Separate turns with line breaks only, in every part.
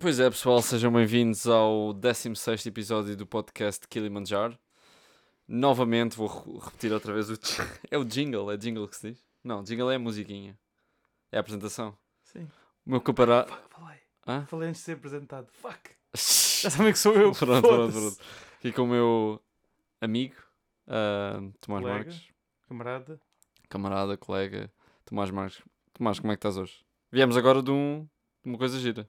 Pois é, pessoal, sejam bem-vindos ao 16 episódio do podcast Kilimanjaro. Novamente, vou re- repetir outra vez o. jing- É o jingle, é jingle que se diz? Não, jingle é a musiquinha. É a apresentação.
Sim.
O meu comparado.
Fuck, Ah, falei.
Hã?
Falei antes de ser apresentado. Fuck. Já
pronto,
sabem que sou eu.
pronto, pronto.
foda-se.
Aqui com o meu amigo, ah, Tomás
Colega.
Marques.
Camarada.
camarada, colega, Tomás Marques. Tomás, como é que estás hoje? Viemos agora de, um, de uma coisa gira.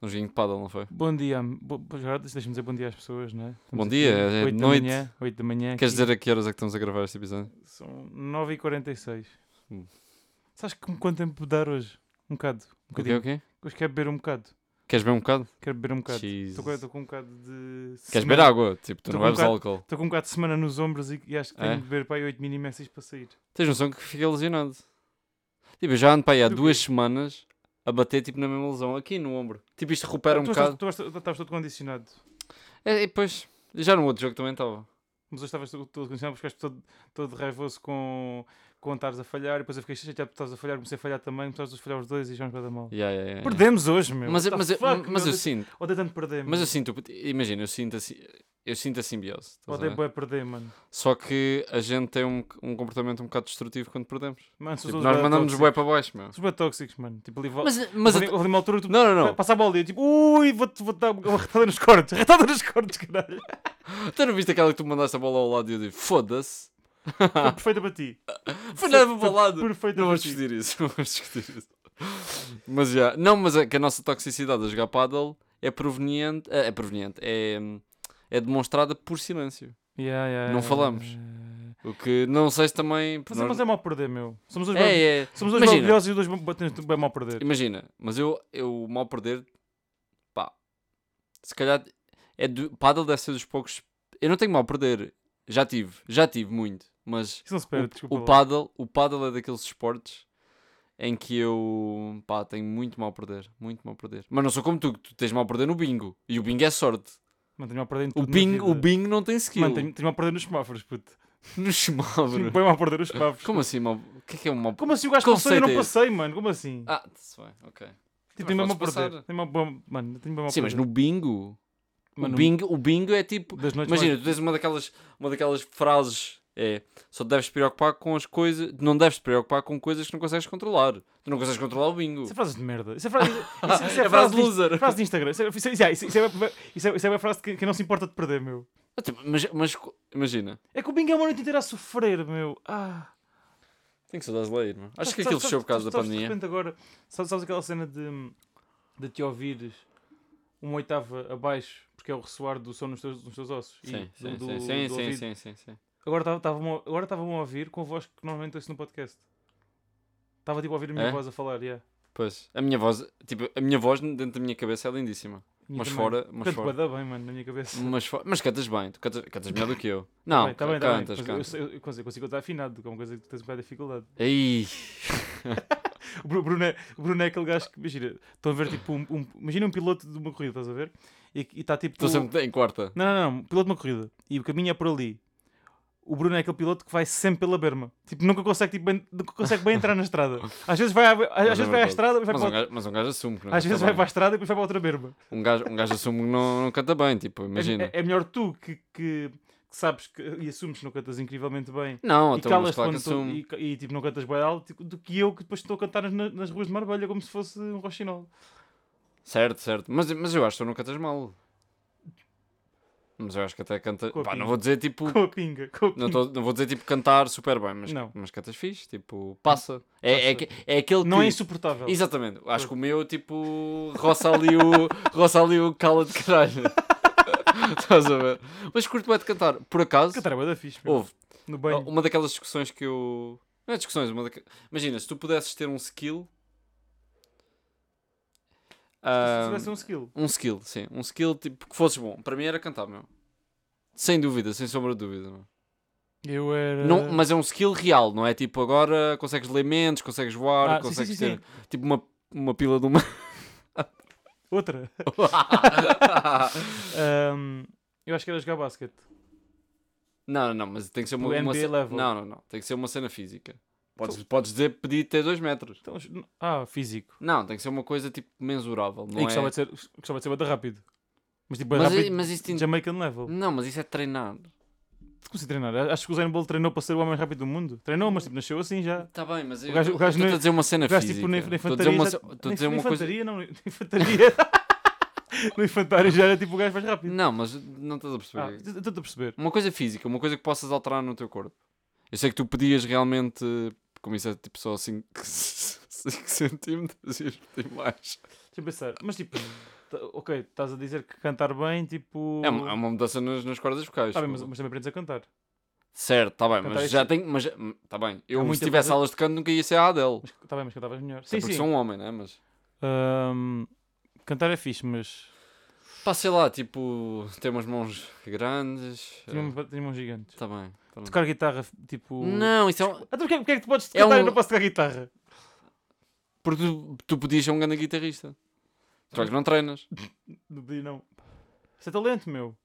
Um joguinho de paddle, não foi?
Bom dia. am- Bo... bo- Já deixa-me dizer bom dia às pessoas, não é?
Bom dia, é
oito
noite.
Da manhã, 8 da manhã.
Queres
aqui.
dizer a que horas é que estamos a gravar este episódio?
São 9h46.
Hum.
Sabes que, quanto tempo dar hoje? Um bocado. Um
O quê,
bocadinho.
o quê?
Hoje quero beber um bocado.
Queres beber um bocado?
Quero beber um bocado.
Jesus.
Estou com, estou com um bocado de.
Queres
semana-
beber água? Tipo, tu
Tô
não
com um
bebes
bocado-
álcool.
Estou com um bocado de semana nos ombros e, e acho que
É?
tenho de beber para aí 8 mini para sair.
Tens noção que fiquei lesionado. Tipo, eu já ando para aí há
Do quê?
duas semanas a bater tipo na mesma lesão, aqui no ombro. Tipo, isto recupera um
Ah, tu
bocado.
estás, tu estás- tu estás todo condicionado.
É, e depois, já no outro jogo também estava.
Mas hoje estavas todo todo condicionado, porque ficaste todo, todo raivoso com, com estares a falhar. E depois eu fiquei chateado porque estás a falhar, comecei a falhar também, começaste a falhar os dois e já nos vai dar mal.
Yeah, yeah, yeah, yeah.
Perdemos hoje, meu.
É. Mas,
What the
mas, eu-
fuck,
mas
meu?
eu sinto,
Odeio tanto perder,
mas eu
mano.
sinto, imagina, eu sinto, a si- eu sinto a simbiose. estás a ver?
Odeio bué perder, mano.
Só que a gente tem um, um comportamento um bocado destrutivo quando perdemos.
Mano, se
Tipo, nós mandamos bué para baixo, meu.
Os bué tóxicos, mano. Tipo, ali, mas,
Mas, mas
ali, ali uma altura, tu
Não, não, não.
passava ali, tipo, ui, vou-te vou dar uma retada nos cortes, retada nos cortes, caralho.
Tu não viste aquela que tu mandaste a bola ao lado e eu digo, foda-se.
Foi perfeita para ti.
Foi nada para o lado.
Perfeita
Não
para
vamos
ti.
discutir isso. Não vamos discutir isso. Mas já. Não, mas é que a nossa toxicidade a jogar paddle é proveniente. É, é proveniente. É, é demonstrada por silêncio.
Yeah, yeah,
Não
yeah,
falamos.
yeah, yeah.
O que não sei se também.
Mas, é- mas é mal perder, meu. Somos os
é, é.
Somos dois
Imagina.
maravilhosos e os dois batemos bem mal perder.
Imagina, mas eu, eu mal perder, pá, se calhar é do, paddle deve ser dos poucos. Eu não tenho mal perder, já tive, já tive muito, mas
Isso não se perde,
o-
desculpa.
o,
lá.
paddle, o paddle é daqueles esportes em que eu, pá, tenho muito mal perder, muito mal perder. Mas não sou como tu, que tu tens mal perder no bingo e o bingo é sorte.
Mano, tenho mal a perder em
O
tudo na
bingo, o
vida.
bingo não tem skill.
Mano, tenho, tenho mal a perder nos semáforos, puto.
No
Tenho
chamavro.
bem mal a perder nos semáforos.
Como assim, mal? O que é que é um mal?
Como assim o gajo passou e eu
Conceito é
não
esse?
passei, mano? Como assim?
Ah, se bem, ok.
tipo,
mas
tenho mesmo a
podes
perder.
passar.
Tenho mesmo bom- Mano, tenho mesmo a perder.
Sim, mas no bingo,
Mano,
o bingo, o bingo é tipo
das noites
Imagina, tu tens uma daquelas, uma daquelas frases é só te deves te preocupar com as coisas, não deves te preocupar com coisas que não consegues controlar. Tu não consegues controlar o bingo.
mais... Isso é frases de merda. Isso é frase, isso, isso- isso
É
é frase de
loser.
Frase de Instagram. Isso é, isso é, isso é, isso é, isso é, isso é uma frase que, que não se importa de perder, meu.
Ah, tipo, Mas, mas co- imagina,
É que o bingo é uma noite inteira a sofrer, meu. Ah...
tenho que saudades de ler, irmão. Acho
Sabes-
que aquilo
sabes-
fechou por causa da
sabes- sabes De
pandemia.
repente agora, sabes, sabes aquela cena de, de te ouvires uma oitava abaixo, porque é o ressoar do som nos teus, nos teus ossos. e
Sim,
do-
sim,
do-
sim,
do
sim, sim,
ouvido.
sim, sim, sim.
Agora estava- estavam a- agora estavam a ouvir com a voz que normalmente ouço no podcast. Estava tipo a ouvir a minha
É?
voz a falar, yeah.
Pois, a minha voz, tipo, a minha voz dentro da minha cabeça é lindíssima.
Minha
mas
também.
fora, mas
Canto
fora.
bué da bem, mano, na minha cabeça.
Mas, fo- mas cantas bem, tu cantas, cantas melhor do que eu. Não,
Bem, tá bem, tá bem.
cantas,
Mas eu-
cantas.
Eu, eu consigo, consigo estar afinado, que é uma coisa que tens um bocado de dificuldade.
Ei,
O Bru- Bruno é, o Bruno é aquele gajo que, imagina, estão a ver tipo um, um- Imagina um piloto de uma corrida, estás a ver? E está tipo.
estou sempre em quarta.
Não, não, não. Piloto de uma corrida. E o caminho é por ali. O Bruno é aquele piloto que vai sempre pela berma. Tipo, nunca consegue, tipo, bem, nunca consegue bem entrar na estrada. Às vezes vai à, às
Mas é
vezes vai à
verdade.
estrada, vai
Mas
para
um
outra-
gajo, mas um gajo assume que não
às
canta
vezes vai
bem.
para a estrada e depois vai para outra berma.
Um gajo, um gajo assume que não, não canta bem, tipo,
É-
imagina.
É, é melhor tu que, que, que sabes que, e assumes que não cantas incrivelmente bem.
Não,
e
então, mas
calas
claro que
quando tu,
assume.
e, ca- e, tipo, não cantas bem alto tipo, do que eu que depois estou a cantar nas, nas ruas de Marbella como se fosse um roxinol.
Certo, certo. Mas, mas eu acho que tu não cantas mal. Mas eu acho que até canta.
Com a
Pá, não
pinga.
vou dizer tipo.
Com a pinga, com a pinga.
Não, tô- não vou dizer tipo cantar super bem, mas,
Não.
mas cantas fixe, tipo, passa. É, é,
Passa.
que- é aquele que.
Não é insuportável.
Exatamente. Acho que o meu, tipo, roça ali o, roça ali o cala de caralho. Estás a ver? Mas curto bem de cantar. Por acaso,
Cantar é bué da fixe, meu.
houve
No banho.
uma daquelas discussões que eu. Não é discussões, uma daque- imagina, se tu pudesses ter um skill.
Se
ah,
tivesse um skill.
Um skill, sim. Um skill tipo que fosse bom. Para mim era cantar, meu. Sem dúvida, sem sombra de dúvida. meu.
Eu era.
Não, mas é um skill real, não é? Tipo, agora consegues ler mentes, consegues voar,
Ah, sim,
consegues
sim, sim,
ter tipo uma, uma pila de uma.
Outra. Ahm, eu acho que era jogar basquete.
não, não, não, mas tem que ser uma,
Tipo,
uma
NBA
ce-
level.
Não, não, não. Tem que ser uma cena física. Podes, podes dizer pedir ter 2 metros.
Então, ah, físico.
Não, tem que ser uma coisa tipo mensurável. Não
e
é...
gostava, de ser, gostava de ser bada rápido. Mas tipo, bué
mas,
rápido.
mas isso tem...
Jamaican level.
Não, mas isso é treinar.
Como se treinar? Acho que o Zayn Bolt treinou para ser o homem mais rápido do mundo. Treinou, mas tipo, nasceu assim já.
Está Tá bem, mas eu
gajo- o
eu
gajo
estou-te
não-
a dizer uma cena
O gajo,
física.
tipo, na na
Estou a
infantaria.
dizer uma,
já-
estou a
na
dizer uma coisa...
infantaria, não, na infantaria. no infantário já era tipo o gajo mais rápido.
Não, mas não estás a perceber.
Ah, estou estou a perceber.
Uma coisa física, uma coisa que possas alterar no teu corpo. Eu sei que tu pedias realmente, como isso é tipo só 5 centímetros e mais.
Deixa eu pensar. Mas tipo, tá- ok, estás a dizer que cantar bem, tipo.
É uma, é uma mudança nas, nas cordas vocais.
Tá bem,
pô.
mas, mas também aprendes a cantar.
Certo, está bem,
Cantar
mas
isso-
já tenho. Mas, tá bem. Eu, se
muita
tivesse
coisa-
aulas de canto, nunca ia ser a Adele.
Está bem, mas cantavas melhor.
Sim,
Sim,
porque
sim.
sou um homem, né? Mas.
Ahm, cantar é fixe, mas.
Pá, sei lá, tipo, ter umas mãos grandes.
Tinha um, tinha um gigante.
Está bem. tá bem.
Tocar guitarra, tipo.
Não, isso é um.
Ah, então porquê, porquê é que tu podes
É
cantar e
um-
não posso tocar guitarra?
Porque tu, tu podias ser um grande guitarrista. Tu é que não treinas.
Não podia, não. Isso é talento, meu.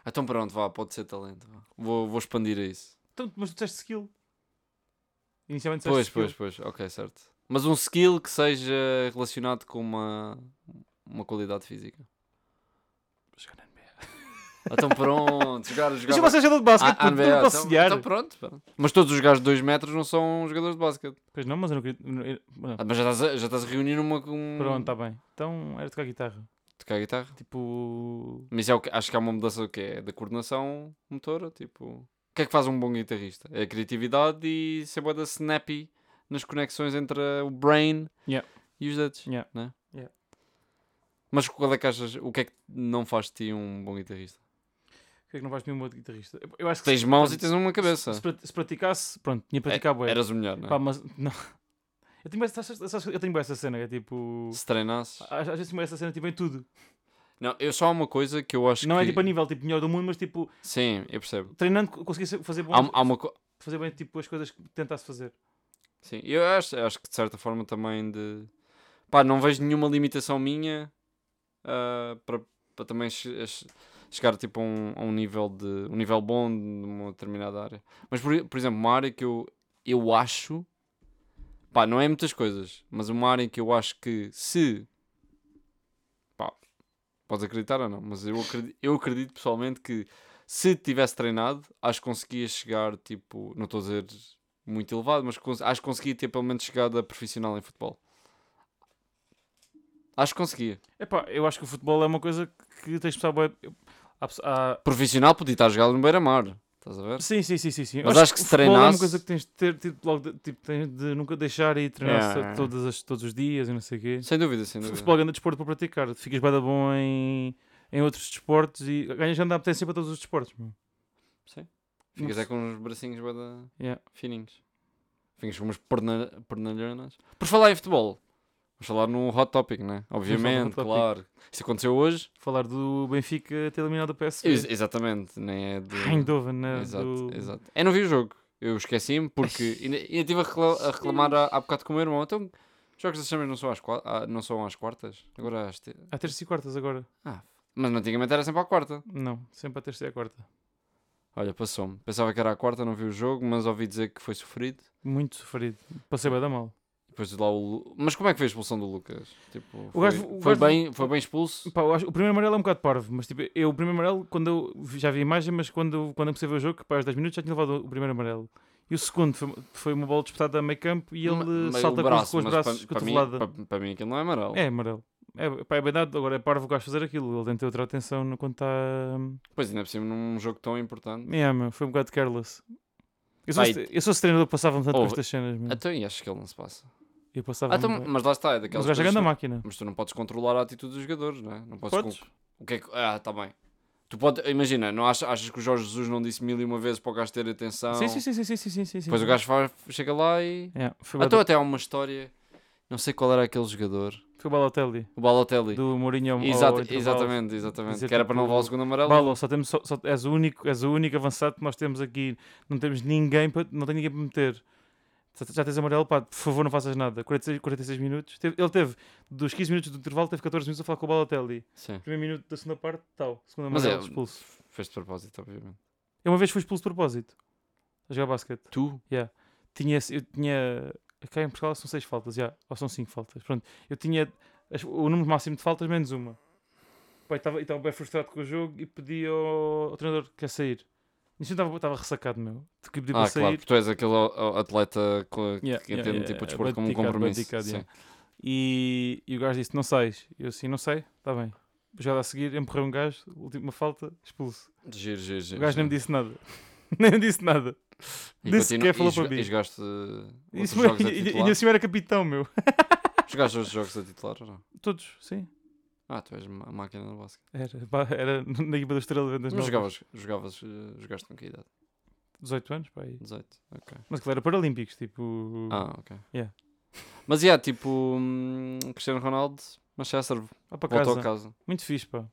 Ah, Então pronto, vá, pode ser talento. vá. Vou, vou expandir a isso.
Então, mas tu disseste skill. Inicialmente disseste
Pois,
skill.
pois, pois, ok, certo. Mas um skill que seja relacionado com uma, uma qualidade física.
Jogar na NBA.
Ah, Então pronto, jogar, jogar.
Mas se vocês jogam de basquete,
Ah,
ah,
NBA,
não posso
então,
sonhar.
então pronto. pá. Mas todos os gajos de 2 metros não são jogadores de basquete.
Pois não, mas eu não queria. não- eu- não.
Ah, hum. mas já estás, a- já estás a reunir uma com.
Pronto, está bem. Então era tocar guitarra.
Tocar guitarra.
Tipo.
Mas é o que, acho que há uma mudança do que é? Da coordenação motora, tipo... O que é que faz um bom guitarrista? É a criatividade e ser bué da snappy nas conexões entre uh, o brain
Yeah.
e os dedos,
Yeah.
né?
Yeah.
Mas qual é que achas... O que é que não faz de ti um bom guitarrista?
Porquê é que não vais nenhum outro guitarrista? Eu- Eu acho que
Tens
se-
mãos e
pronto,
tens uma cabeça.
Se, pra- se praticasse, pronto, tinha praticado bué.
Eras o melhor, né?
Pá, mas não. Eu tenho bué essa- essa- essa- eu tenho bué essa cena, que é tipo.
Se treinasses...
Às, às vezes tenho bué essa cena tipo, em tudo.
Não, eu só há uma coisa que eu acho
não
que...
é tipo a nível tipo, melhor do mundo, mas tipo,
Sim, eu percebo.
treinando co- consegui ser- fazer, bom,
Há, há uma... co-
fazer bem tipo, as coisas que tentasse fazer.
Sim, eu acho, acho que de certa forma também de. Pá, não vejo nenhuma limitação minha ah, para, para também che- che- chegar tipo, a, um, a um nível de um nível bom numa determinada área. Mas, por, por exemplo, uma área que eu, eu acho. Pá, não é muitas coisas, mas uma área em que eu acho que se. Pá, podes acreditar ou não, mas eu acredito, eu acredito pessoalmente que se tivesse treinado, acho que conseguia chegar tipo. Não estou a dizer muito elevado, mas cons- acho que conseguia ter pelo menos chegado a profissional em futebol. Acho que conseguia.
Epá, eu acho que o futebol é uma coisa que tens de pensar bué. eu- há pessoa- há-
Profissional podia estar jogado no Beira-Mar. Estás a ver?
Sim, sim, sim, sim, sim. Eu
Mas acho que
o
se
futebol É uma
treinasse-
coisa que tens de ter, tipo, logo de, tipo, tens de nunca deixar e treinar
Yeah.
todas as, todos os dias e não sei o quê.
Sem dúvida, sem
O
dúvida.
futebol é grande desporto para praticar. Tu ficas bada bom em, em outros desportos e ganhas grande apetência para todos os desportos. Meu.
Ficas é com uns bracinhos bué da-
Yeah.
fininhos. Ficas com umas perna... pernalhonas. Por falar em futebol, vamos falar num hot topic, né? Obviamente,
um topic.
claro. Isso aconteceu hoje.
Falar do Benfica ter eliminado o
Ex-
PSV.
exatamente, nem é de.
Eindhoven, né?
Exato,
do...
exato. Eu não vi o jogo. Eu esqueci-me porque ainda, ainda estive a, recla- a reclamar há, há bocado com o meu irmão. Então, jogos das chamas não são às, qua- ah, não são às quartas? Agora às te...
Há terças e quartas agora.
Mas antigamente era sempre à quarta.
Não, sempre a terça e a quarta.
Olha, passou-me. Pensava que era à quarta, não vi o jogo, mas ouvi dizer que foi sofrido.
Muito sofrido. Passei bada mal.
Depois lá o... Lu- Mas como é que foi a expulsão do Lucas? Tipo, foi,
gajo- o
foi
gajo-
bem, foi bem expulso?
Pá, eu acho- o primeiro amarelo é um bocado parvo, mas tipo, eu o primeiro amarelo, quando eu vi- já vi a imagem, mas quando, eu- quando eu comecei a ver o jogo, que, pá, aos 10 minutos já tinha levado o primeiro amarelo. E o segundo foi, foi uma bola disputada a meio campo e ele
Ma- meio
salta com os- com os
mas
braços,
para, para, mim,
cotovelada.
para, para mim aquilo não é amarelo.
É amarelo. É, pá, é bem dado. Agora é parvo o gajo fazer aquilo. Ele tem de ter outra atenção no quando está. hum,
Pois ainda por cima num jogo tão importante.
É, meu, foi um bocado careless. Eu sou,
Pá,
esse, eu sou esse treinador que passava-me tanto com
Ouve.
estas cenas, meu.
Então, e acho que ele não se passa.
Eu
Ah,
passava
então,
me
mas lá está, é
Tá Mas
daquelas
o gajo é
coisas
grande
que-
máquina.
Mas tu não podes controlar a atitude dos jogadores, não é? Não podes.
Podes?
con- O que é que- Ah, tá bem. Tu pode... Imagina, não achas, achas que o Jorge Jesus não disse mil e uma vezes para o gajo ter atenção?
Sim, sim, sim, sim, sim, sim, sim, sim, sim.
Depois o gajo faz- chega lá e.
É, foi,
Ah,
o
Então
Bal-
até há uma história. Não sei qual era aquele jogador.
foi o Balotelli,
O Balotelli.
do Mourinho ao,
Exata-
ao intervalo.
exatamente, exatamente.
Dizer,
que era para não
tipo,
levar o segundo amarelo.
Balo, só temos, só, só, és, o único, és o único avançado que nós temos aqui. Não temos ninguém para, não tem ninguém para meter. Já, já tens amarelo, pá, por favor, não faças nada. 46, 46 minutos. Teve- ele teve, dos 15 minutos do intervalo, teve 14 minutos a falar com o Balotelli.
Sim.
Primeiro minuto da segunda parte, tal. Segunda
Mas
um amarelo,
é-
expulso.
Fez de propósito, obviamente.
Eu uma vez fui expulso de propósito. A jogar basquete.
Tu?
tinha, eu tinha cá em Portugal são seis faltas, já, ou são cinco faltas. Pronto, eu tinha as- o número máximo de faltas menos uma. Pá, estava estava bem frustrado com o jogo e pedi ao, ao treinador que quer sair. Nisso eu estava ressacado, meu. Tive que pedir para
Ah,
Tipo, sair.
claro, porque tu és aquele ó- ó- atleta co- que
Yeah, yeah,
entende
yeah,
tipo, o
yeah,
desporto como um
badicado,
compromisso.
badicado,
Sim.
yeah. E, e o gajo disse: Não sais. Eu assim: Não sei, está bem. Jogada a seguir, empurrei um gajo, última falta, expulso.
Giro, giro,
O
giro.
gajo nem me
giro.
disse nada. nem me disse nada.
E
disse
continu-
sequer
e
falou
joga-
para mim.
E jogaste uh, outros
Isso foi-
jogos a
E e- e
titular?
assim eu era capitão, meu.
Jogaste outros jogos a titular ou não?
Todos, sim.
Ah, tu és a máquina do basquete.
Era, pá, era na equipa do Estrela de
Mas
Vendas
jogavas, jogavas, uh, jogaste com que idade?
18 anos, pá. aí.
18, ok.
Mas aquilo era Paralímpicos, tipo.
Ah, ok.
Yeah.
Mas, yeah, tipo, hum, Cristiano Ronaldo, Manchester,
Vá para
voltou
casa.
a casa.
Muito fixe, pá.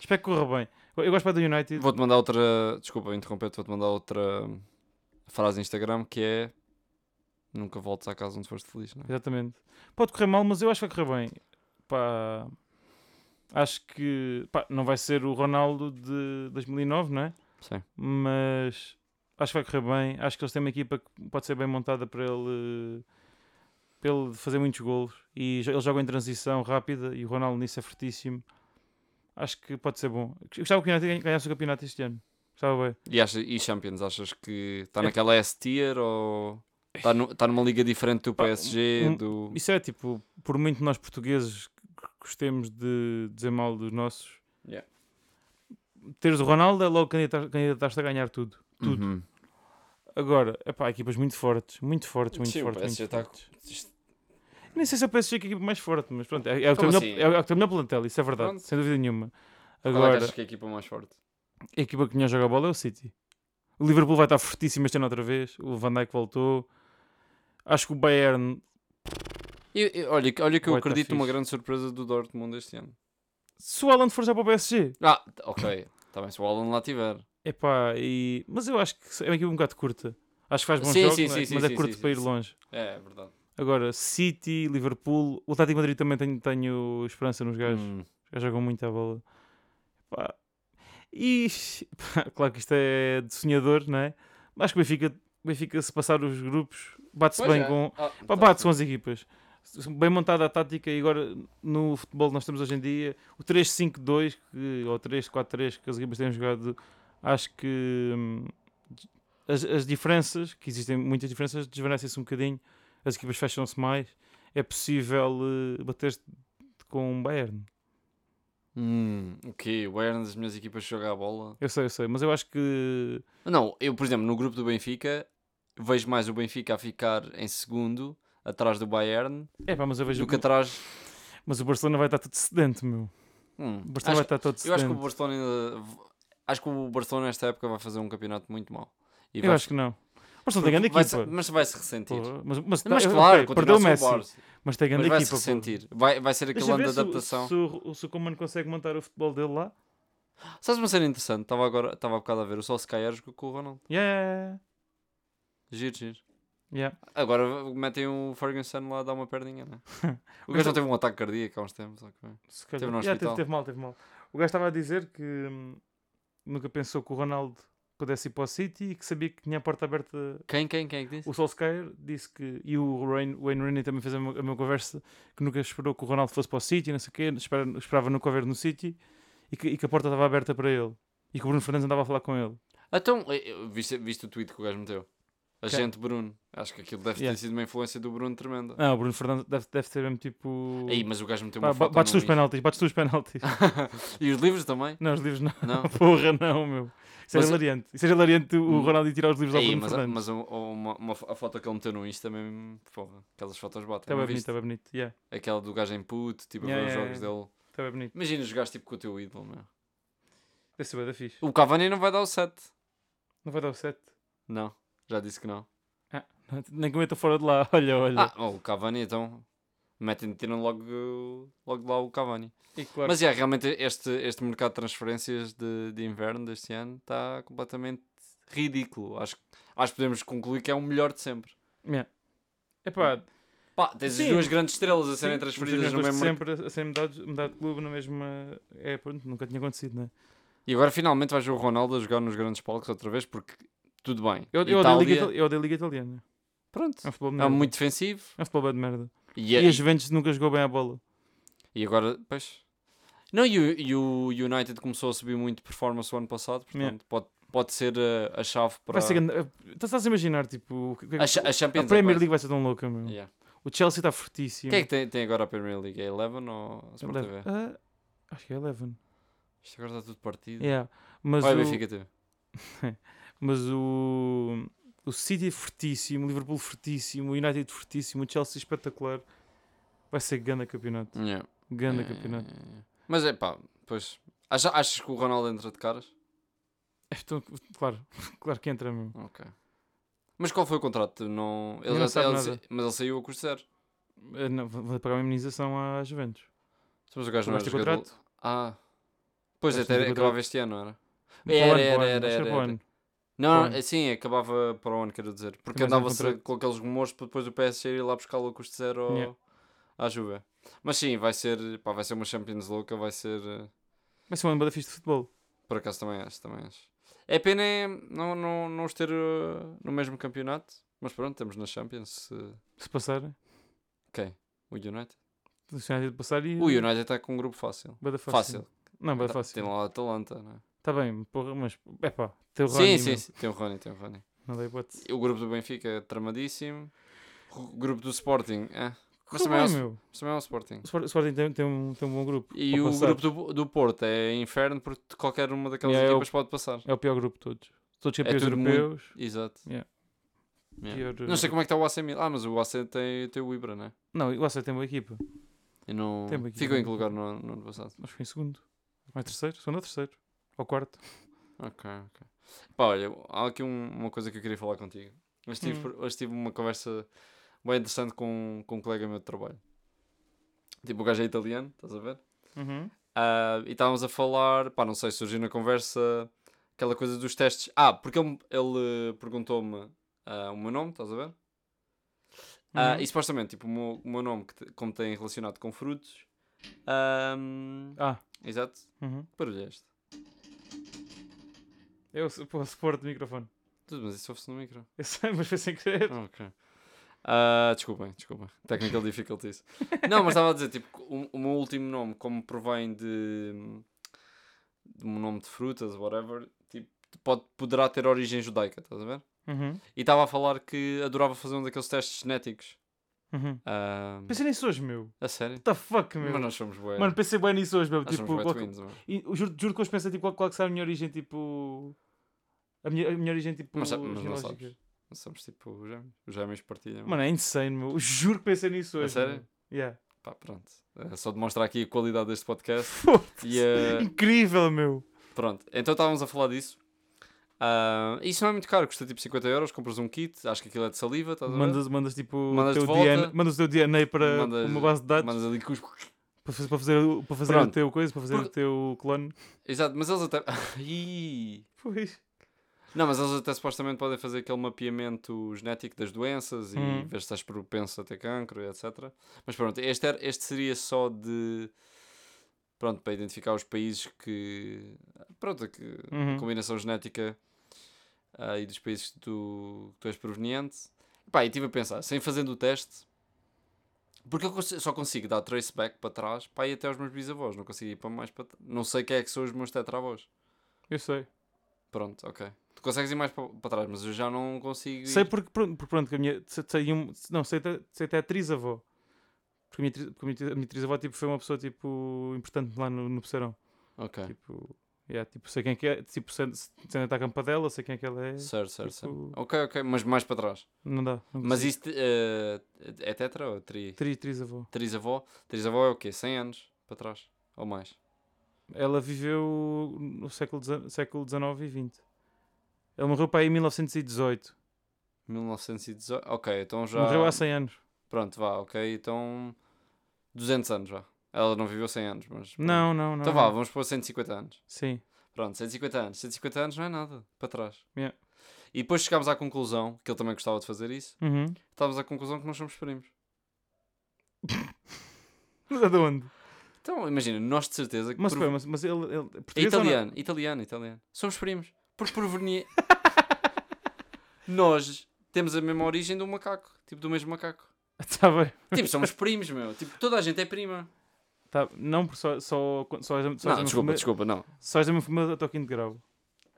Espero que corra bem. Eu- Eu gosto pá, do United.
Vou-te mandar outra. Desculpa interromper-te, vou-te mandar outra hum, frase no Instagram que é: Nunca voltes à casa onde foste feliz, não é?
Exatamente. Pode correr mal, mas eu acho que vai correr bem. Pá. Acho que. Pá, não vai ser o Ronaldo de 2009, não é?
Sim.
Mas. Acho que vai correr bem. Acho que eles têm uma equipa que pode ser bem montada para ele. Para ele fazer muitos golos. E jo- ele joga em transição rápida e o Ronaldo nisso é fortíssimo. Acho que pode ser bom. Eu Gostava que o United ganha- ganhasse o campeonato este ano. Gostava bem.
E, acha, e Champions, achas que está naquela S-tier ou está no, tá numa liga diferente do
É. Pá,
PSG?
um-
do...
Isso é tipo, por muito nós portugueses que gostemos de dizer mal dos nossos,
Yeah.
teres o Ronaldo é logo candidatar- candidatar-te a ganhar tudo. tudo.
Uhum.
Agora, epá, equipas muito fortes, muito fortes, muito
Sim, o
fortes.
PSG
muito
tá
fortes. Nem sei se é o PSG que é a equipa mais forte, mas pronto, é, é, o, que tem
Como
melhor,
assim?
é, o- é o que tem melhor plantel, isso é verdade,
Pronto.
sem dúvida nenhuma.
Qual é que
Agora,
achas que é a equipa mais forte?
a equipa que melhor joga a bola é o City. O Liverpool vai estar fortíssimo este ano outra vez, o Van Dijk voltou. Acho que o Bayern,
Eu- eu- olha, que- olha que eu
Bué tá
acredito numa
fixe.
grande surpresa do Dortmund este ano.
se o Haaland for já para o PSG,
Ah, t- ok. Está bem, se o Alan lá tiver.
Epá, e... mas eu acho que é uma equipa um bocado curta. Acho que faz bons
Sim,
jogos,
sim,
não é?
sim,
mas
sim,
é
sim,
curto
sim,
para ir
sim.
longe.
É, é verdade.
Agora, City, Liverpool, o Atlético de Madrid também tenho, tenho esperança nos gajos.
Hum.
Os gajos jogam muito à bola. Epá. E pá, claro que isto é de sonhador, não é? Mas acho que o Benfica, o Benfica se passar os grupos, bate-se
Pois
bem
é.
com.
Ah,
Pá,
tá
bate
certo.
com as equipas. Bem montada a tática e agora no futebol que nós temos hoje em dia, o 3-5-2 que- ou 3-4-3 que as equipas têm jogado, acho que hum, as, as diferenças, que existem muitas diferenças, desvanecem-se um bocadinho, as equipas fecham-se mais, é possível eh, bater-se com o Bayern.
Hum, ok, o Bayern das minhas equipas joga a bola.
Eu sei, eu sei, mas eu acho que
Não, eu, por exemplo, no grupo do Benfica, vejo mais o Benfica a ficar em segundo, atrás do Bayern,
é pá, mas eu vejo
do que atrás.
mas o Barcelona vai estar todo sedente, meu.
Hum,
O Barcelona tá
acho-
vai estar
eu
todo
acho que o
sedente.
Barcelona ainda. v- Acho que o Barcelona nesta época vai fazer um campeonato muito mau. E
Eu
vai-
acho que não. O Barcelona tem grande
vai
equipa.
se- mas vai se ressentir.
Porra, Mas, mas,
Mas
tá-
claro,
ok,
continua
perdeu
a
o
ser
Messi,
Barça,
mas tem
Mas
grande
vai se
equipa. pô.
ressentir. Vai, vai ser aquele
Deixa
ano
ver
de
se,
adaptação.
o- se, o- se o Coman consegue montar o futebol dele lá.
Sabes uma cena interessante? Estava agora, estava há bocado a ver. O Solskjaer jogou com o Ronaldo.
Yeah,
Giro, giro.
yeah.
Agora metem o Ferguson lá a dar uma perninha, né? O
Mas
gajo já
eu-
teve um ataque cardíaco há uns tempos. só que bem.
Se calhar.
Teve no
Yeah,
hospital.
teve, teve mal, teve mal. O gajo estava a dizer que hum, nunca pensou que o Ronaldo pudesse ir para o City e que sabia que tinha a porta aberta.
Quem, quem, quem é que disse?
O Solskjaer disse que. E o Rain- Wayne Rooney também fez a mesma a mesma conversa que nunca esperou que o Ronaldo fosse para o City, não sei o quê, espera- esperava nunca o ver no City e que, e que a porta estava aberta para ele. E que o Bruno Fernandes andava a falar com ele.
Então, eh, eh, viste, viste o tweet que o gajo meteu? Agente Bruno. Acho que aquilo deve
Yeah.
ter sido uma influência do Bruno tremenda.
Ah, o Bruno Fernandes deve, deve ser mesmo tipo.
Aí, mas o gajo meteu
Pá,
uma
ba-
foto
bates tu
no
os penaltis, bates tu os penaltis.
Insta. E os livros também?
não, os livros não.
Não?
Porra, não, meu. Isso
Mas-
era hilariante. Isso era hilariante o
Hum.
Ronaldo ir tirar os livros ao
Aí,
Bruno
mas a-
Fernandes.
mas o- o- uma, uma fo- a foto que ele meteu no Insta também, porra, aquelas fotos batem.
Estava
não
Tá bonito,
viste?
estava bonito. Yeah.
Aquela do gajo em puto, tipo, a
Yeah,
ver os
yeah,
jogos dele.
Estava bonito.
Imagina jogares tipo com o teu ídolo, meu.
Deve ser bué da fixe.
O Cavani não vai dar o 7.
Não vai dar o set.
Não, já disse que não.
Não, Nem comenta fora de lá. Olha, olha.
Ah, oh, o Cavani então. Metem, tiram logo, logo de lá o Cavani.
E claro,
Mas é, realmente este, este mercado de transferências de, de inverno deste ano está completamente ridículo. Acho, que- acho que podemos concluir que é o melhor de sempre.
yeah. Epá,
Pá, tens as
Sim.
duas grandes estrelas a serem
sim,
transferidas
os
no
jogadores
mesmo
de
mercado.
sempre a serem mudados, mudar de clube na mesma. É, pronto, nunca tinha acontecido, né?
E agora finalmente vais ver o Ronaldo a jogar nos grandes palcos outra vez, porque tudo bem.
Eu, eu, odeio, a Liga,
Itália,
Itali- eu odeio a Liga Italiana.
Pronto.
É um futebol de
É
merda.
muito defensivo.
É um futebol bué de merda.
E, é-
E a Juventus nunca jogou bem a bola.
e agora, pois. Não, e o, e o United começou a subir muito performance o ano passado, portanto,
Yeah.
pode, pode ser uh, a, chave para.
Vai ser grande- eh, Estás a imaginar, tipo, o que- o que-
A, cha- a Champions
a Premier
agora.
League vai ser tão louca, meu.
Yeah.
O Chelsea está fortíssimo.
Quem é que tem, tem agora a Premier League? É Eleven ou a Sport
Eleven.
TV?
Ah, acho que é Eleven.
Isto agora está tudo partido.
Yeah. Mas,
Ou é
o,
Benfica TV?
mas o, o City é fortíssimo, o Liverpool fortíssimo, o United fortíssimo, o Chelsea espetacular. Vai ser ganda campeonato.
Yeah.
Ganda
Yeah,
É campeonato.
yeah, yeah. Mas é pá, pois. Acha- achas que o Ronaldo entra de caras?
É, então, claro, claro que entra mesmo.
Mas qual foi o contrato? Não... Ele
Não
já
sabe
ele
nada.
sa- Mas ele saiu a custo zero. É,
Ah, Não, vai vai pagar uma imunização à Juventus.
Mas o gajo não
Mas
era
tem
jogador-
contrato?
Ah. Pois,
Acho que
até
não tem
acabava
contrato.
este ano, não era?
Para o
Era,
ano, para o
era,
ano,
era,
acho que é para o
era,
ano.
Não,
Bom.
assim, acabava para o ano, quero dizer. Porque
Também tem
andava-se
contrato.
com aqueles rumores para depois o PSG ir lá buscá-lo a custo zero ao-
Yeah.
à Juve. Mas sim, vai ser, pá, vai ser uma Champions louca, vai ser... eh,
Vai ser um ano bué da fixe de futebol.
Por acaso também acho, também acho. É pena é não, não, não os ter eh, no mesmo campeonato, mas pronto, temos na Champions. eh,
Se passar,
Quem? O United?
se o United passar e.
O United está com um grupo fácil.
bué da
Fácil.
Não, vai
Tá- Tem
fácil.
lá o Atalanta, não é?
Está bem, porra, mas. É pá, teu
Sim,
Rony.
sim,
meu.
sim, tem o Rony, tem o Rony.
Não dá hipótese.
O grupo do Benfica é tramadíssimo. O grupo do Sporting, é. Mas
Correu
também é
bem,
o-
um meu.
Mas também é o Sporting.
O Sport- o Sporting tem, tem um, tem um bom grupo.
E
para
o
passar.
grupo do, do Porto é inferno porque qualquer uma daquelas
Yeah, é o-
equipas pode passar.
É o pior grupo de todos. Todos
É
campeões
tudo muito-
europeus.
Exato.
Yeah.
Yeah.
Pior,
Não sei
eh,
como é que está o AC Milan. Ah, mas o AC tem, tem o Ibra, né?
Não, o Acer tem boa equipa.
E não...
Tem uma equipa
Ficou em
muito
que lugar no, no ano passado?
Acho que foi em segundo. Ou em terceiro? Segundo ou terceiro? Ou quarto?
Ok, ok. Pá, olha, há aqui um- uma coisa que eu queria falar contigo. Hoje tive,
Hum.
por- hoje tive uma conversa bem interessante com, com um colega meu de trabalho. Tipo, o gajo é italiano, estás a ver? Ah, e estávamos a falar, pá, não sei, surgiu na conversa aquela coisa dos testes. Ah, porque ele, ele perguntou-me ah, o meu nome, estás a ver? Ah,
Uhum.
e supostamente, tipo, o meu, o meu nome, que te- como tem relacionado com frutos. ahm,
Ah,
Exato,
uhum.
que barulho é este?
é o, su- pô, o suporte do microfone.
Tudo, mas isso ouve-se no micro.
Eu sei, mas foi sem querer.
Ah, ok. Ah, desculpem, desculpem. Technical difficulties. Não, mas estava a dizer, tipo, o, o meu último nome, como provém de, de um nome de frutas, whatever, tipo, pode, poderá ter origem judaica, estás a ver?
Uhum.
E estava a falar que adorava fazer um daqueles testes genéticos.
Uhum.
Ah,
Pensei nisso hoje, meu.
a sério?
What the fuck, meu?
Mas
Mano,
nós somos bué.
pensei bem nisso hoje, meu.
nós
Tipo,
somos bué
qual-
twins, mano.
e eu juro, juro que hoje pensei tipo, qual, qual que será a minha origem, tipo. A minha, a minha origem, tipo.
Mas sa- mas não
genealógica.
sabes. Nós somos tipo gêmeos. Os gêmeos partilham.
Mano, é insane, meu. Eu Juro que pensei nisso
a
hoje. meu.
É sério?
Yeah.
Pá, pronto. É só demonstrar aqui a qualidade deste podcast.
Foda-se.
E eh, a,
Incrível, meu.
Pronto, então estávamos a falar disso. Ah, isso não é muito caro, custa tipo 50 euros, compras um kit, acho que aquilo é de saliva, estás a ver?
Mandas, mandas tipo
Mandas
o
de
teu
volta.
DNA, mandas o teu DNA para
Mandas-
uma base de dados
Mandas ali cuspo.
para fazer, para fazer, o- para fazer o
Pronto.
teu coisa, para fazer
Porque-
o teu clone.
Exato, mas eles até. Ih!
Pois.
não, mas eles até supostamente podem fazer aquele mapeamento genético das doenças e
Hum.
ver se estás propenso a ter cancro e etc. Mas pronto, este, era- este seria só de. Pronto, para identificar os países que. Pronto, que
Uhum.
combinação genética ah, e dos países que tu, que tu és proveniente. Pá, e estive a pensar, sem fazendo o teste, porque eu consi- só consigo dar traceback para trás, pá, e até aos meus bisavós, não consigo ir para mais para. tr- Não sei quem é que são os meus tetravós. é
Eu sei.
Pronto, ok. Tu consegues ir mais para, para trás, mas eu já não consigo. Ir.
Sei porque, pronto, porque pronto, que a minha. se- Sei um, não, sei até, sei até a trisavó. Porque a minha, tri- porque a minha, tri- a minha trisavó tipo, foi uma pessoa tipo, importante lá no, no Pesseirão.
Ok,
Tipo, yeah, tipo, sei quem é que é, tipo, se se ainda está a campa dela, sei quem é que ela é.
certo, certo, certo.
tipo,
Ok, ok, mas mais para trás.
Não dá. Não
Mas
consigo.
isto eh, é tetra ou tri?
Tri, trisavó.
Trisavó? Trisavó é o quê? 100 anos para trás? Ou mais?
Ela viveu no século dezen- século XIX e XX. Ela morreu para aí em 1918.
1918? Ok, então já.
Morreu há 100 anos.
Pronto, vá, ok. Então. 200 anos já. Ela não viveu 100 anos, mas. pronto.
Não, não, é. não.
Então vá, vamos pôr 150 anos.
Sim.
Pronto, 150 anos. 150 anos não é nada. Para trás.
Yeah.
E depois chegámos à conclusão, que ele também gostava de fazer isso.
Uhum.
Estávamos à conclusão que nós somos primos.
De onde?
Então, imagina, nós de certeza que.
Mas,
prov-
espera, mas, mas ele, ele é
É
português ou não?
italiano, italiano, italiano. Somos primos. Porque provenia. nós Temos a mesma origem do macaco, tipo do mesmo macaco.
Está Tá bem.
Tipo, somos primos, meu. Tipo, toda a gente é prima.
Tá, não, porque só, só, só, és a- só és
não,
a minha
desculpa,
família-
desculpa, não.
Só és a minha família até ao quinto grau.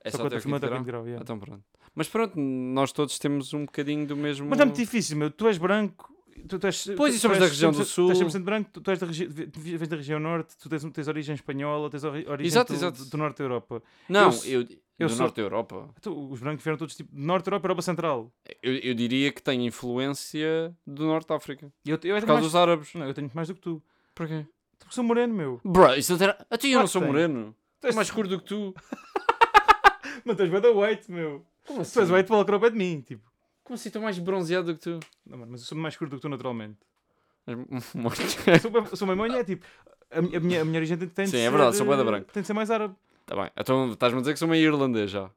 É
só
só,
que
até
a tua
o
família
quinto
até ao
grau.
quinto grau, yeah.
Então pronto. Mas pronto, nós todos temos um bocadinho do mesmo.
Mas é muito difícil, meu. Tu és branco. Tu, tu és,
Pois, e
tu,
somos
tu
da
és
região do
100%
Sul.
Tu és 100% branco, tu, tu és da, regi vi- vi- vens da região norte, tu tens, tens origem espanhola, tens ori- origem
Exato,
do,
exato.
do norte da Europa.
Não, eu,
eu eu
do
sou-
norte da Europa.
Tu- os brancos vieram todos tipo de norte da Europa, Europa Central.
Eu, eu diria que tem influência do norte de África.
E Eu, eu,
Por
era
causa
mais-
dos árabes.
Não, é? eu tenho muito mais do que tu.
Porquê?
Tu porque sou moreno, meu.
Bro, isso não terá. Até Ah, eu
Claro
não
que
sou
tem.
moreno.
Tu
É
és
mais escuro do que tu.
Mas tu és bué da white, meu.
Como
Tu és white para o pé de mim, tipo.
Como assim? Estou mais bronzeado do que tu.
Não, mano, mas eu sou mais escuro do que tu naturalmente.
És morto.
Eu sou, bué- sou meio monha, é tipo. A, mi- a minha, a minha origem tem, tem de
Sim, é
ser.
verdade, sou bué da
eh,
branco.
Tem de ser mais árabe.
Tá bem. Então estás-me a dizer que sou meio irlandês já.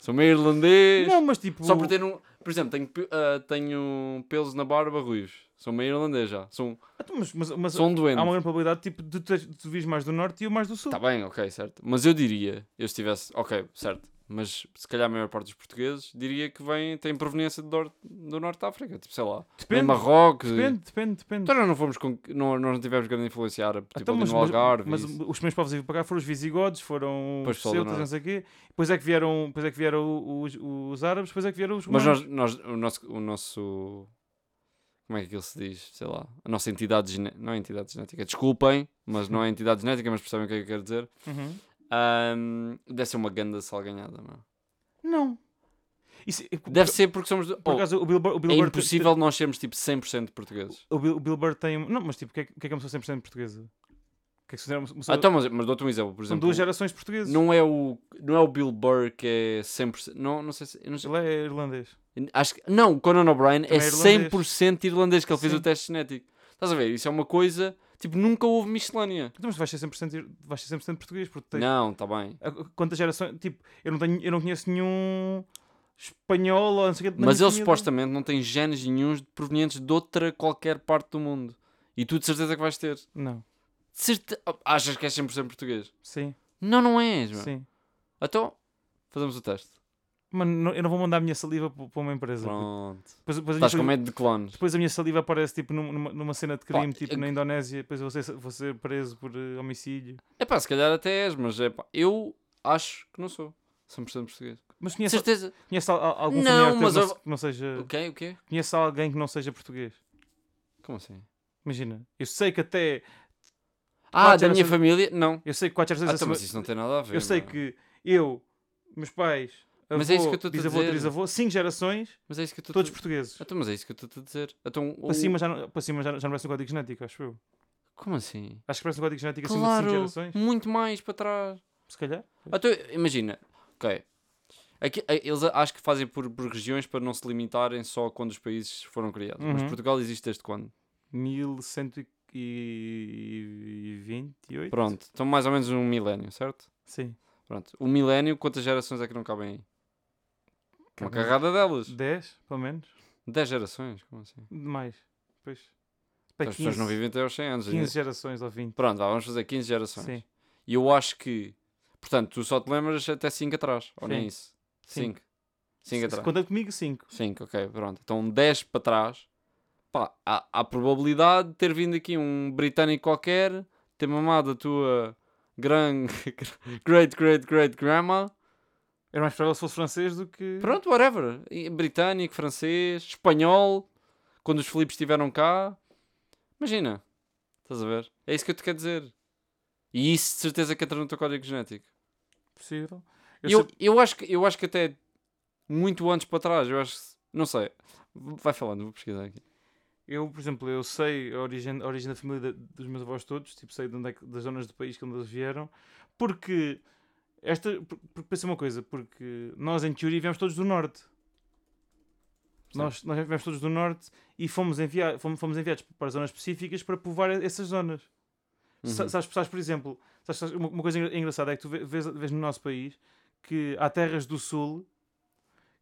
Sou meio irlandês.
Não, mas tipo.
Só por ter um. Por exemplo, tenho, pe- ah, tenho pelos na barba ruivos. Sou meio irlandês já. Sou um,
Ah, tu, Mas, mas, mas
sou um doente.
há uma grande probabilidade tipo, de tu, de tu vires mais do norte e eu mais do sul.
Tá bem, ok, certo. Mas eu diria, eu estivesse, ok, certo. Mas se calhar a maior parte dos portugueses diria que vem, tem proveniência do, nor- do Norte de África, tipo, sei lá, em
Depende,
Marrocos. e-
depende, depende, depende.
Então nós não fomos com, não, nós não tivemos grande influência árabe, tipo
Então,
ali
mas,
no
mas,
Algarve.
mas
e isso.
os primeiros povos a vir para cá foram os visigodos, foram
Pois,
os
pessoal do
celtas, não
norte.
sei o quê. Depois é que vieram, depois é que vieram os, os árabes, depois é que vieram os
Mas
romanos.
nós, nós o, nosso, o nosso, como é que aquilo se diz, sei lá, a nossa entidade, gene- não é entidade genética, desculpem, mas não é entidade genética, mas percebem o que é que eu quero dizer.
Uhum.
Ahm, deve ser uma ganda salganhada, mano.
Não. Isso- eh,
Deve ser porque somos... do-
Por
Oh,
acaso, o Billboard, o
É
Billboard
impossível nós sermos tipo 100% portugueses.
O, Bill- o Billboard tem. um- Não, mas tipo, o que é, que o que é que é uma pessoa 100% portuguesa? O que é que se considera uma uma pessoa-
Ah, então, mas, mas dou-te um exemplo, por
São
exemplo.
duas gerações portuguesas.
Não é o, não é o Bill Burr que é 100%. Não, não sei se. eu não sei-
Ele é irlandês.
acho que, não, o Conan O'Brien é
Também é irlandês.
100% irlandês, que ele fez
Sim.
o teste genético. Estás a ver? Isso é uma coisa. Tipo, nunca houve miscelânea.
Então, mas vais ser 100%, ir- vais ser 100 português, porque tem-
Não, está bem.
A- a- Quantas gerações? Tipo, eu não, tenho, eu não conheço nenhum espanhol ou não sei o quê. na
Mas
é minha
ele
família.
supostamente não tem genes nenhuns provenientes de outra qualquer parte do mundo. E tu de certeza que vais ter. De
Não.
certe... Achas que és 100% português?
Sim,
Não, não é? és, meu.
sim.
Então, fazemos o teste.
Mano, não- eu não vou mandar a minha saliva para para uma empresa.
Pronto. é?
Depois, depois, a minha
Estás com
saliva,
medo de clones.
depois a minha saliva aparece tipo, num- numa, numa cena de
Pá,
crime, tipo
eu-
na Indonésia. Depois eu vou ser, vou ser preso por eh, homicídio.
É pá, se calhar até és, mas é pá, eu acho que não sou 100% português.
Mas
Com
conheço,
certeza.
conheço al- al- algum
Não,
familiar teu
mas
não
eu-
se- que não seja.
O quê? O quê?
Conheço alguém que não seja português.
Como assim?
Imagina, eu sei que até.
Ah, da
gerações-
minha família? Não.
Eu sei que quatro
Ah,
gerações
então,
acima-
mas isso não é? tem nada a ver.
Eu sei
mano.
que eu, meus pais, avô,
Mas é isso que eu estou-te a
bisavô,
dizer.
trisavô, cinco gerações,
Mas é isso que eu estou
todos
a
portugueses.
Então, mas é isso que eu estou a dizer. Então, o...
Para cima, já não, para cima já, já não parece um código genético, acho eu.
Como assim?
Acho que parece um código genético acima
Claro,
de 5 gerações,
muito mais para trás.
se calhar.
Então, imagina, ok. Aqui, a- eles a- acho que fazem por, por regiões para não se limitarem só quando os países foram criados. Mas
Uhum.
Portugal existe desde quando?
1128?
Pronto, então mais ou menos um milénio, certo?
Sim.
Pronto, um milénio, quantas gerações é que não cabem aí? Uma
Cabem-
carrada delas.
10, pelo menos.
10 gerações? Como assim? Então
Mais. Pois. Para
As pessoas não vivem até aos 100 anos.
15
ainda.
gerações ou 20.
Pronto, vá, vamos fazer 15 gerações.
Sim.
E eu acho que. Portanto, tu só te lembras até 5 atrás, ou
Sim.
nem isso?
Cinco.
5. 5 atrás.
Conta comigo 5.
5, ok, pronto. Então 10 para trás. Pá, há, há probabilidade de ter vindo aqui um britânico qualquer, ter mamado a tua gran... great, great, great grandma.
Era mais provável se fosse francês do que.
Pronto, whatever. E- Britânico, francês, espanhol. Quando os Filipes estiveram cá. Imagina. Estás a ver? É isso que eu te quero dizer. E isso de certeza que entra no teu código genético.
Possível. Eu
Eu,
sei-
eu, acho, que, eu acho que até muito antes para trás. Eu acho que. se- Não sei. Vai falando, vou pesquisar aqui.
Eu, por exemplo, eu sei a origem, a origem da família da- dos meus avós todos, tipo, sei de onde é que- das zonas do país que onde eles vieram, porque esta, por- porque pensa uma coisa, porque nós em teoria viemos todos do norte.
Sim.
Nós, nós viemos todos do norte e fomos, enviar, fomos, fomos enviados para zonas específicas para povoar essas zonas. Sa-
Uhum.
Sabes, sabes, por exemplo, sabes- sabes, uma, uma coisa engra- engraçada é que tu vê- vês, vês no nosso país que há terras do sul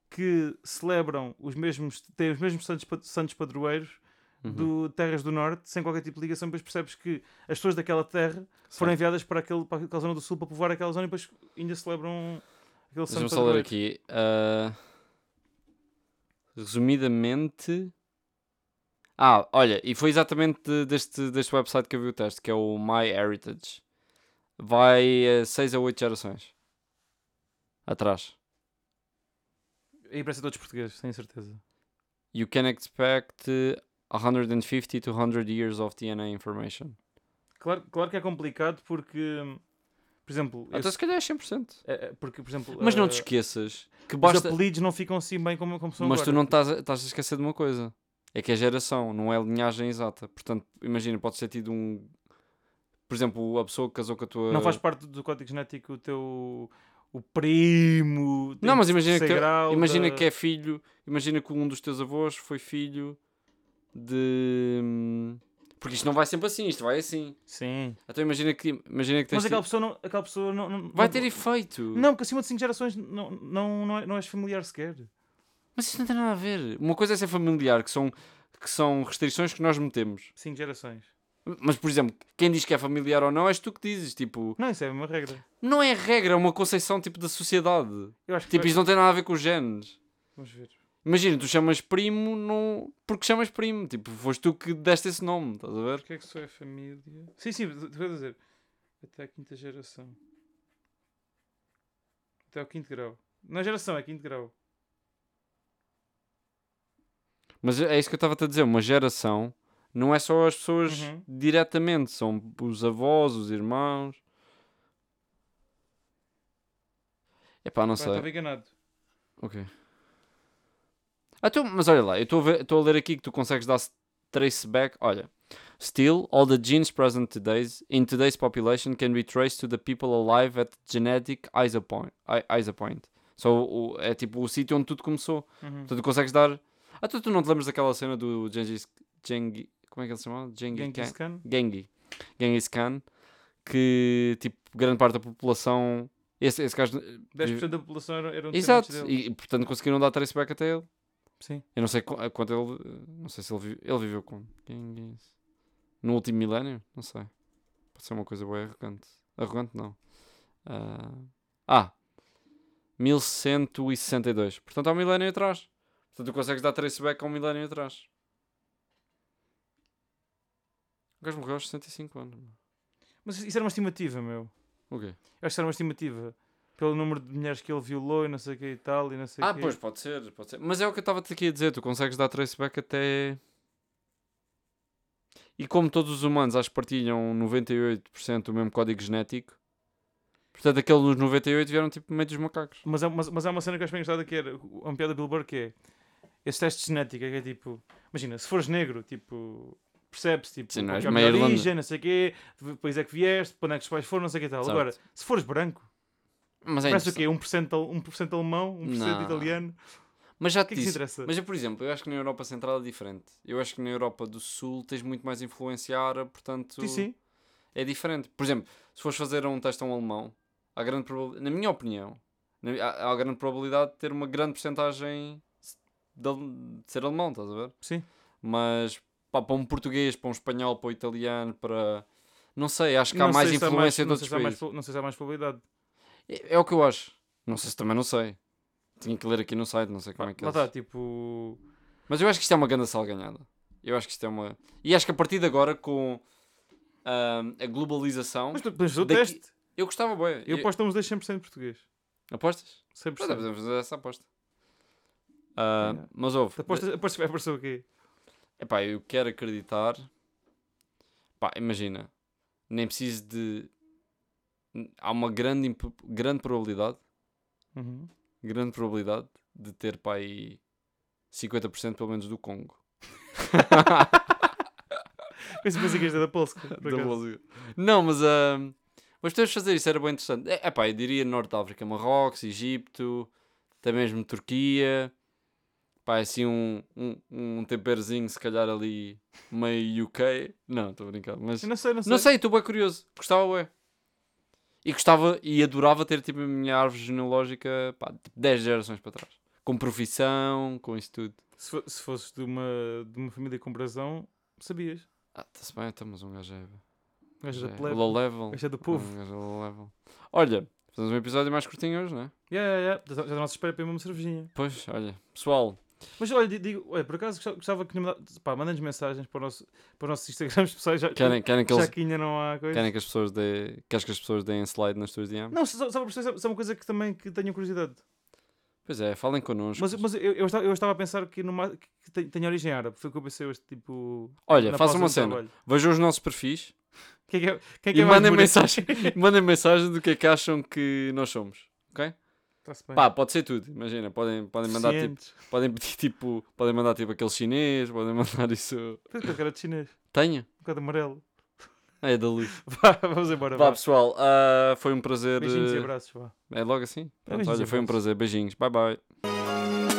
que celebram os mesmos, têm os mesmos santos, pa- santos padroeiros
Uhum.
do Terras do Norte, sem qualquer tipo de ligação, depois percebes que as pessoas daquela terra foram
Sim.
enviadas para, aquele, para aquela zona do Sul para povoar aquela zona e depois ainda celebram
é
aquele
um Deixa-me
santo
só ler
padroeiro.
aqui. ah, Resumidamente. Ah, olha, e foi exatamente de- deste, deste website que eu vi o teste, que é o MyHeritage. Vai a 6 a 8 gerações atrás.
Aí parece é todos portugueses, tenho certeza.
You can expect uh, 150 to 100 years of DNA information.
Claro, claro que é complicado porque, hum, por exemplo, eu
Até
se-
se calhar é 100%.
é, é, porque, por exemplo
Mas não
eh,
te esqueças que
os
basta.
apelidos não ficam assim bem como, como são
Mas tu
agora.
não estás a estás a esquecer de uma coisa. É que é geração, não é linhagem exata. Portanto, imagina, pode ter tido um. Por exemplo, a pessoa que casou com a tua.
Não faz parte do código genético o teu o primo.
Não,
em
mas imagina que-
terceiro grau
Imagina
da-
que é filho. Imagina que um dos teus avós foi filho de. Porque isto não vai sempre assim, isto vai assim.
Sim.
Então imagina que, imagina que tens.
Mas aquela
tido-
pessoa não. Aquela pessoa não, não-
Vai
não-
ter efeito.
Não, porque acima de 5 gerações não, não, não, é- não és familiar sequer.
Mas isso não tem nada a ver. Uma coisa é ser familiar, que são, que são restrições que nós metemos.
5 gerações.
Mas, por exemplo, quem diz que é familiar ou não és tu que dizes. Tipo,
Não, isso é uma regra.
não é regra, é uma conceição tipo da sociedade.
Eu acho que.
Tipo,
vai-
isso não tem nada a ver com os genes.
Vamos ver.
Imagina, tu chamas primo não... porque chamas primo. Tipo, foste tu que deste esse nome, estás a ver?
Porquê é que só é família? Sim, sim, tu tu vais dizer. Até a quinta geração. Até ao quinto grau. Não é geração, é quinto grau.
Mas é isso que eu estava a dizer. Uma geração não é só as pessoas
Uhum.
diretamente, são os avós, os irmãos. Epá, não
Pá,
sei.
Estava enganado.
Ok. Ah, então, mas olha lá, eu estou a ver- estou a ler aqui que tu consegues dar traceback. Olha. Still, all the genes present today's, in today's population can be traced to the people alive at genetic isopoint. i- isopoint. So, o- é tipo o sítio onde tudo começou.
Uhum.
Então tu consegues dar... Ah, tu, tu não te lembras daquela cena do Gengis... Gengi... Como é que ele se chamava? Gengi Khan?
Genghis Khan?
Gengi. Genghis Khan. Que, tipo, grande parte da população... Esse, esse gajo...
10% da população eram, eram
Exato.
descendentes dele.
E, e, portanto, conseguiram dar traceback até ele.
Sim.
Eu não sei qu- a quanto ele. eh, Não sei se ele, vi- ele viveu com. Quem é isso? No último milénio? Não sei. Pode ser uma coisa boa arrogante. Arrogante, não. Ah, ah! 1162. Portanto, há um milénio atrás. Portanto, tu consegues dar traceback a um milénio atrás. O gajo morreu aos 65 anos. meu.
Mas isso era uma estimativa, meu.
O quê?
Eu acho que era uma estimativa. Pelo número de mulheres que ele violou e não sei o que e tal, e não sei o
Ah,
quê.
pois, pode ser, pode ser. Mas é o que eu estava aqui a dizer, tu consegues dar traceback até... E como todos os humanos, acho que partilham 98% do mesmo código genético, portanto, aqueles dos 98 vieram tipo meio dos macacos.
Mas, há- mas, mas há uma cena que eu acho bem gostada que era o- uma piada do Billboard que é esse teste de genética que é tipo, imagina, se fores negro, tipo, percebes, tipo,
Sim, não
qual
és
é a
meio
melhor
irlandês.
origem, não sei o quê, de que país é que vieste, para onde é que os pais foram, não sei o que e tal.
Certo.
Agora, se fores branco,
Mas, é
parece o
interessante.
quê? 1%, al- 1 alemão, 1%
Não.
italiano.
Mas já
O
te
que é que se
disse.
interessa?
Mas, eu, por exemplo, eu acho que na Europa Central é diferente. Eu acho que na Europa do Sul tens muito mais influência árabe, portanto...
Sim, sim.
É diferente. Por exemplo, se fores fazer um teste a um alemão, há grande probabilidade, na minha opinião, na- há, há grande probabilidade de ter uma grande porcentagem de, al- de ser alemão, estás a ver?
Sim.
Mas pá, para um português, para um espanhol, para um italiano, para. Não sei, acho que há
Não
mais
sei se há
influência de
não sei
outros
se há mais
países.
pro- Não sei se há mais probabilidade.
É, é o que eu acho. Não sei se também não sei. Tinha que ler aqui no site, não sei como é que é.
Lá está, tipo.
Mas eu acho que isto é uma grande salganhada. Eu acho que isto é uma. E acho que a partir de agora, com ahm, a globalização.
Mas tu podemos fazer o
Daqui-
teste.
Eu gostava, bem.
Eu aposto que estamos dois 100% português.
Apostas? Pois é,
100%.
podemos fazer essa aposta. Ah,
Sim, é.
mas houve.
Apostas, apostas que vai aparecer o quê?
Epá, eu quero acreditar. Pá, imagina. Nem preciso de. Há uma grande, imp- grande probabilidade.
Uhum.
Grande probabilidade de ter pá aí 50% pelo menos do Congo.
Pensa pensa que este é da Polska. por
Da
acaso.
Bélgica. Não, mas. ah, mas podemos fazer isso, era bem interessante. É pá, eu diria Norte de África, Marrocos, Egito, até mesmo Turquia. Pá, assim um, um, um temperozinho, se calhar ali meio UK. Não, estou a brincar, mas.
Eu não sei, não sei.
Não sei, estou bem curioso. Gostava, ué. E gostava e adorava ter tipo a minha árvore genealógica, pá, tipo 10 gerações para trás. Com profissão, com isso tudo.
Se, fo- se fosses de uma, de uma família com brasão, sabias.
Ah, está-se bem, então, mas um gajo é.
Um gajo da
é
plebe.
low level.
um gajo é do povo.
Um gajo low level. Olha, fazemos um episódio mais curtinho hoje, não é?
Yeah, yeah, yeah. Já, já da nossa espera para ir uma cervejinha.
Pois, olha. Pessoal,
Mas olha, di- digo, olha, por acaso gostava- gostava que. me- Pá, mandem-nos mensagens para, o nosso, para os nossos Instagrams pessoais. Já,
Querem, querem, que,
já
eles,
que ainda não há coisa.
querem que as pessoas deem. Queres que as pessoas deem slide nas tuas DMs?
Não, só, só para perceber se é uma coisa que também que tenho curiosidade.
Pois é, falem connosco.
Mas, mas eu, eu, estava, eu estava a pensar que, numa, que tem, tem origem árabe. Foi o que eu pensei hoje, tipo.
Olha,
na
façam
pausa
uma
do
cena.
trabalho.
Vejam os nossos perfis
Quem é que é, quem é que
e
é mais
mandem
bonito?
mensagem, mandem mensagem do que é que acham que nós somos. Ok?
Tá-se bem.
Pá, pode ser tudo. Imagina, podem, podem mandar tipo.
Deficientes.
Podem pedir tipo. Podem mandar tipo aquele chinês, podem mandar isso.
Pois, com a cara de chinês,
Tenho?
um bocado amarelo.
Ah, é da luz.
Vá, vamos embora.
Vá
Vá.
pessoal, ah, foi um prazer.
Tá Beijinhos e
eh,
abraços. Vá.
É logo assim? Pronto,
beijinhos e
olha, foi um
abraços.
prazer. Beijinhos. Bye bye.